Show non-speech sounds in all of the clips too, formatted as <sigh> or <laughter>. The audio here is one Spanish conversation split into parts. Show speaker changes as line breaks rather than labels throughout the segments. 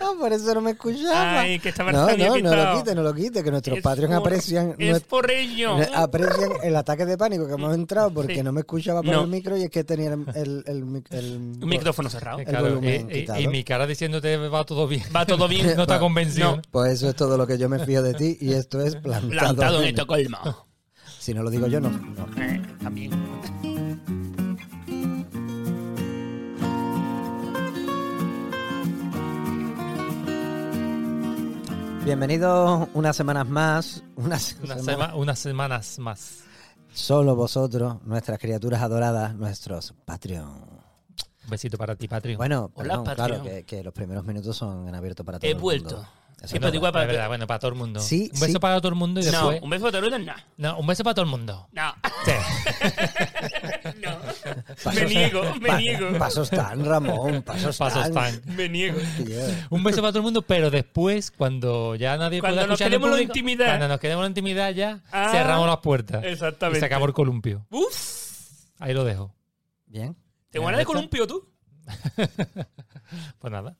No, por eso no me escuchaba.
Ay, que estaba
no,
tan
no, no
irritado.
lo quite, no lo quite, que nuestros
Es
Patreon
por-
aprecian,
Es
nues- eh,
por ello.
aprecian el ataque de pánico que hemos entrado porque
Sí.
no me escuchaba por
No.
el micro y es que tenía el, el, el mic- el-
Un micrófono cerrado.
El volumen
y- y,
quitado.
eh, y mi cara diciéndote va todo bien.
Va todo bien.
<laughs> No te ha
Va-
convencido.
No.
Pues eso es todo lo que yo me fío de ti y esto es plantado,
Plantado en
en-
Estocolmo.
Si no lo digo yo, no. no.
Eh, También.
Bienvenidos unas semanas más, unas
Una
semanas-
sema- unas semanas más.
solo vosotros, nuestras criaturas adoradas, nuestros Patreon.
Un besito para ti, Patreon.
Bueno,
Hola,
perdón, claro,
Patreon.
que, que los primeros minutos son en abierto para todo
He
el
vuelto.
mundo. Eso es
Siempre
verdad.
digo a
Es verdad, bueno, para todo el mundo.
Sí,
un beso
sí.
para todo el mundo y
No,
después.
un beso de Toledo no.
No, un beso para todo el mundo.
No.
Sí.
<laughs> no.
Pasos-
Me niego, <laughs> me
pa-
niego.
Pasos tan, Ramón, pasos,
Pasos tan.
Me niego.
Tío.
Un beso para todo el mundo, pero después, cuando ya nadie
Cuando
pueda
nos
escuchar en
quedemos la
público,
intimidad.
Cuando nos quedemos en la intimidad ya,
Ah,
cerramos las puertas.
exactamente.
Y se acabó el columpio.
Uf.
Ahí lo dejo.
Bien.
¿Te ganas de columpio tú?
Pues nada,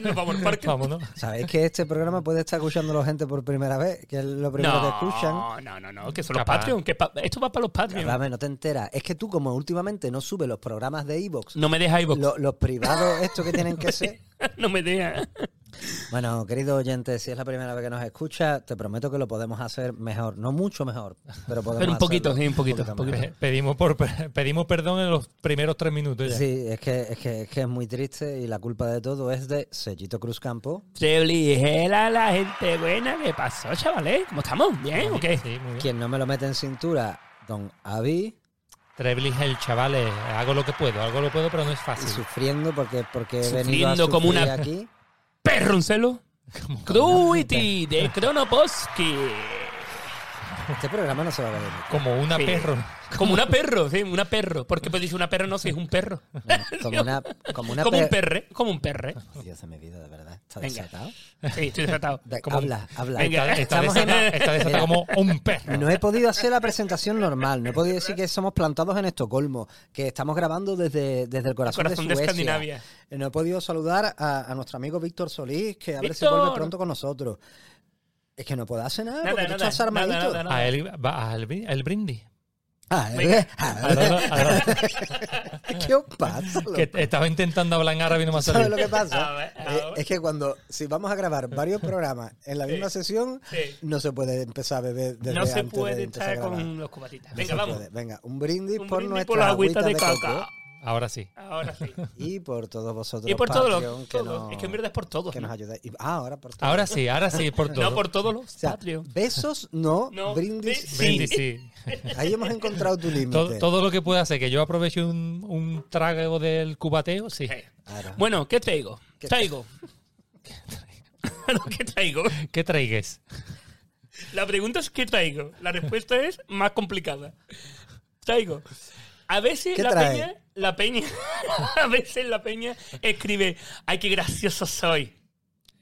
Nos vamos al parque.
vámonos.
Sabéis que este programa puede estar escuchándolo gente por primera vez, que es lo primero que escuchan.
No, no, no, no, que son los
Capaz.
Patreon. Que pa- esto va para los Patreon.
Dame, no te enteras. Es que tú, como últimamente no subes los programas de Evox,
No me deja iVoox.
los privados, estos que tienen que ser.
<laughs> No me deja.
Bueno, querido oyente, si es la primera vez que nos escucha, te prometo que lo podemos hacer mejor. No mucho mejor, pero podemos
Pero un poquito,
hacerlo.
sí, un poquito, un
mejor.
Pe- Pedimos, por, <laughs> pedimos perdón en los primeros tres minutos. ya.
Sí, es que, es que es que es muy triste y la culpa de todo es de Sellito Cruz Campo.
Se obligela a la gente buena. ¿Qué pasó, chavales? ¿Cómo estamos? ¿Bien o qué?
Sí, muy bien.
Quien no me lo mete en cintura, don Avi,
Treblis el chavales, hago lo que puedo, hago lo que puedo, pero no es
y
fácil.
sufriendo porque, porque he venido a
Sufriendo como
sufrir
una-
aquí.
Perruncelo. Cruity de Kronoposki.
Este programa no se va a ver.
<laughs>
Como una
Sí.
perro.
Como una perro, sí, una perro. Porque pues dice una perro, no, si es un perro.
No, como una, como una
como
pe-
un perre, como un perre.
Dios de mi vida, de verdad. Está
Venga.
desatado.
Sí, estoy desatado.
De-
Como-
Habla, habla.
Venga.
Está
Estamos
desatado,
en-
está desatado como un perro.
No he podido hacer la presentación normal, no he podido decir que somos plantados en Estocolmo, que estamos grabando desde, desde el corazón,
Corazón de
Suecia.
Escandinavia.
No he podido saludar a, a nuestro amigo Víctor Solís, que a ver si
Víctor.
vuelve pronto con nosotros. Es que no puedo hacer nada,
Nada,
porque tú
nada,
estás armadito.
nada, nada, nada.
A él va al bri- al brindis.
Ah, eh,
Venga.
ah,
A lo- a lo-
<laughs> ¿Qué os pasa? loco?
que estaba intentando hablar en árabe y no me ha
¿Sabes
salido.
lo que pasa?
A ver, a
Eh,
ver.
es que cuando, si vamos a grabar
<laughs>
varios programas en la misma sesión,
Sí.
no se puede empezar a beber desde
No se
antes de
puede
empezar a
estar
grabar.
con los cubatitas.
No
Venga,
se
vamos.
puede. Venga, un brindis
Un
por
brindis
nuestra
por la agüita de
coco.
coca.
Ahora sí.
<laughs>
Ahora sí.
Y por todos vosotros.
Y por todos
Patreon,
los.
que
todos.
no-
Es que en verdad es por todos.
que
¿no?
nos ayudáis. Y- ah, ahora por todos.
Ahora sí, ahora sí, por todo.
No, por todos los
O sea,
Patreon.
besos no,
<laughs> No,
brindis
sí.
Brindis, sí.
Ahí hemos encontrado tu
<laughs> Todo,
límite.
todo lo que pueda hacer, que yo aproveche un, un trago del cubateo, sí.
Sí.
Claro.
Bueno, ¿qué traigo? Traigo. <laughs> ¿Qué traigo?
¿Qué traigues?
La pregunta es ¿qué traigo? La respuesta es más complicada. Traigo. A veces
¿Qué
la
trae?
peña, la peña, <laughs> a veces la peña escribe, ay, qué gracioso soy.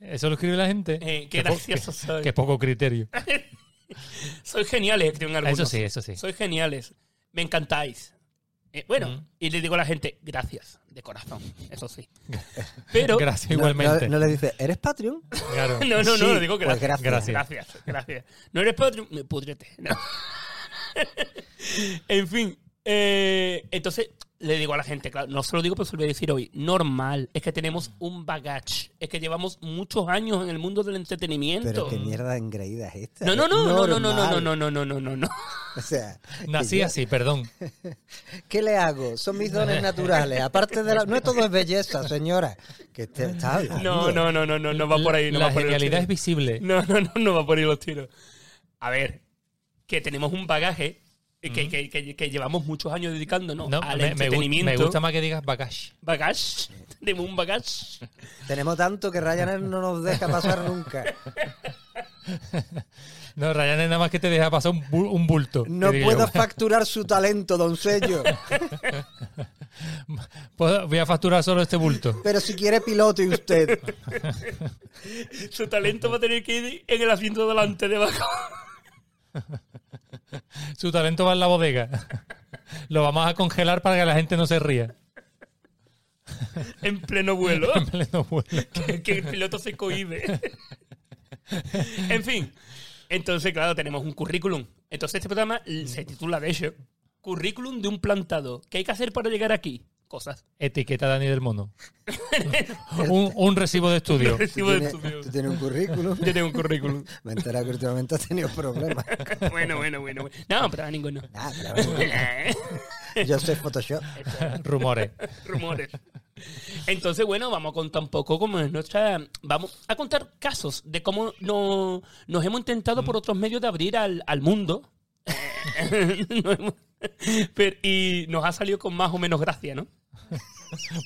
Eso lo escribe la gente.
Eh, qué
po-
gracioso
qué-
soy.
Qué poco criterio.
Soy geniales, escriben algunos.
Eso sí, eso sí.
Soy geniales. Me encantáis. Eh, bueno,
Mm.
y le digo a la gente, gracias, de corazón,
<laughs>
eso sí. Pero,
Gracias
No-
igualmente.
No, no le dices, ¿eres Patreon?
Claro.
<laughs> No, no,
Sí,
no, digo
pues
gracias.
gracias.
Gracias, gracias. No eres Patreon, me pudrete. No. <laughs> en fin, eh, entonces le digo a la gente, claro, no se lo digo, pero se lo voy a decir hoy. Normal, es que tenemos un bagage, es que llevamos muchos años en el mundo del
Pero
entretenimiento.
qué mierda de engreída es esta.
No, no, no, no, no, no, no,
Normal.
no, no, no, no, no, no.
O sea,
Nací así, perdón.
¿qué le hago? Son mis
<laughs>
dones naturales. Aparte de la... No todo es belleza, señora. Que te está hablando.
No, no, no, no, no, no va por ahí. No
la
va por ahí los
genialidad es
tiros.
visible.
No, no, no, no va por ahí los tiros. A ver, que tenemos un bagaje que, que, que- que llevamos muchos años dedicándonos
No,
al
me, me gu-
entretenimiento.
me gusta más que digas bagash.
Bagage. Tenemos un bagage.
Tenemos tanto que Ryanair no nos deja pasar
<laughs>
nunca.
No, Ryan es nada más que te deja pasar un, bu- un bulto.
No
Te digo
puedo
yo.
facturar su talento, doncello.
Puedo- Voy a facturar solo este bulto.
Pero si quiere pilote
<laughs>
usted.
Su talento va a tener que ir en el asiento delante de Bagage.
<laughs> Su talento va en la bodega. Lo vamos a congelar para que la gente no se ría. <laughs>
en pleno vuelo.
En pleno vuelo.
que, que el piloto se cohíbe. en fin. Entonces, claro, tenemos un currículum. Entonces, este programa l- se titula de hecho Currículum de un plantado. ¿Qué hay que hacer para llegar aquí? Cosas.
Etiqueta Dani del
<laughs>
Mono. un, un recibo de estudio.
Tú
Recibo de
tienes,
estudios.
tú tienes un currículum.
Yo tengo
<laughs>
un currículum.
Me he enterado que últimamente has tenido problemas.
bueno, bueno, bueno, bueno. No, pero ninguno.
Nah, pero yo soy Photoshop.
Rumores.
rumores. <laughs> Entonces, bueno, vamos a contar un poco cómo es nuestra. Vamos a contar casos de cómo no, nos hemos intentado por otros medios de abrir al, al mundo. <laughs> Nos hemos- pero- y nos ha salido con más o menos gracia, ¿no?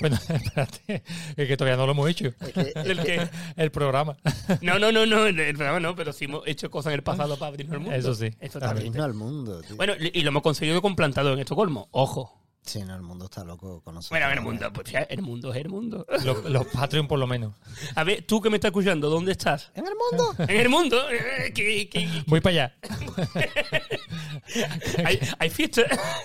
Bueno, <laughs> espérate. Es que todavía no lo hemos hecho.
Es que-
El que-
El programa. <laughs>
no, no, no, no, el- el programa no, pero sí hemos hecho cosas en el pasado para abrirnos al mundo.
Eso sí.
Exactamente.
abrirnos al mundo, tío.
Bueno, y y lo hemos conseguido con plantado en Estocolmo. Ojo.
Sí, no, el mundo está loco con nosotros.
Bueno, el mundo, pues ya, el mundo es el mundo.
Los, los Patreon, por lo menos.
A ver, tú que me estás escuchando, ¿dónde <laughs> estás?
¡En el mundo!
En el mundo. eh, ¿Qué, qué,
Voy para allá.
<laughs> hay, hay fiesta.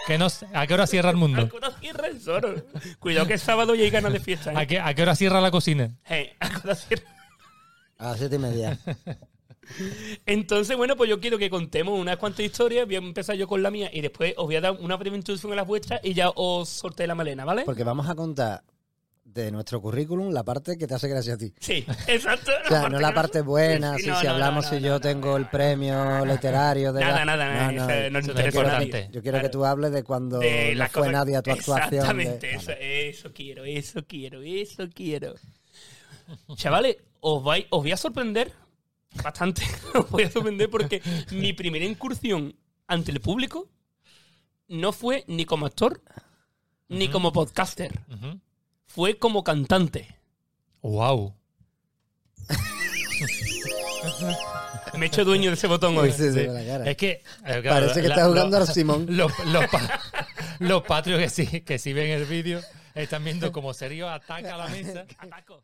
Que no sé- ¿A qué hora cierra el mundo?
Algunos cierran solo. Cuidado que es sábado y hay ganas de fiesta.
¿A
¿eh?
qué, a qué hora cierra la cocina?
Hey, <laughs> algunos cierran.
A las siete y
<laughs>
media.
Entonces, bueno, pues yo quiero que contemos unas cuantas historias. Voy a empezar yo con la mía y después os voy a dar una breve introducción a las vuestras y ya os sorteé la malena, ¿vale?
Porque vamos a contar de nuestro currículum la parte que te hace gracia a ti.
Sí, exacto.
O sea, no la parte buena,
Sí,
si,
no,
si
no,
hablamos
no,
si
no,
yo
no,
tengo
no,
el
no,
premio literario de
Nada,
la- No,
nada, eso
no, yo
no te
quiero
interesa
que-
a nadie.
Yo quiero que tú hables de cuando
de
no
las
fue
cosas-
nadie a tu actuación. de-
Exactamente, eso, eso quiero, eso quiero, eso quiero. Chavales, os, vai- os voy a sorprender bastante. <laughs> os voy a sorprender porque mi primera incursión ante el público no fue ni como actor ni como podcaster, fue como cantante.
Wow.
Me he hecho dueño de ese botón hoy.
Sí, sí, de la cara.
Es que. eh, claro,
Parece que
la-
está jugando
lo-
al Simón.
Los, los, pa- los patrios que sí, que sí ven el vídeo están viendo como Sergio ataca
<laughs>
la mesa.
Ataco.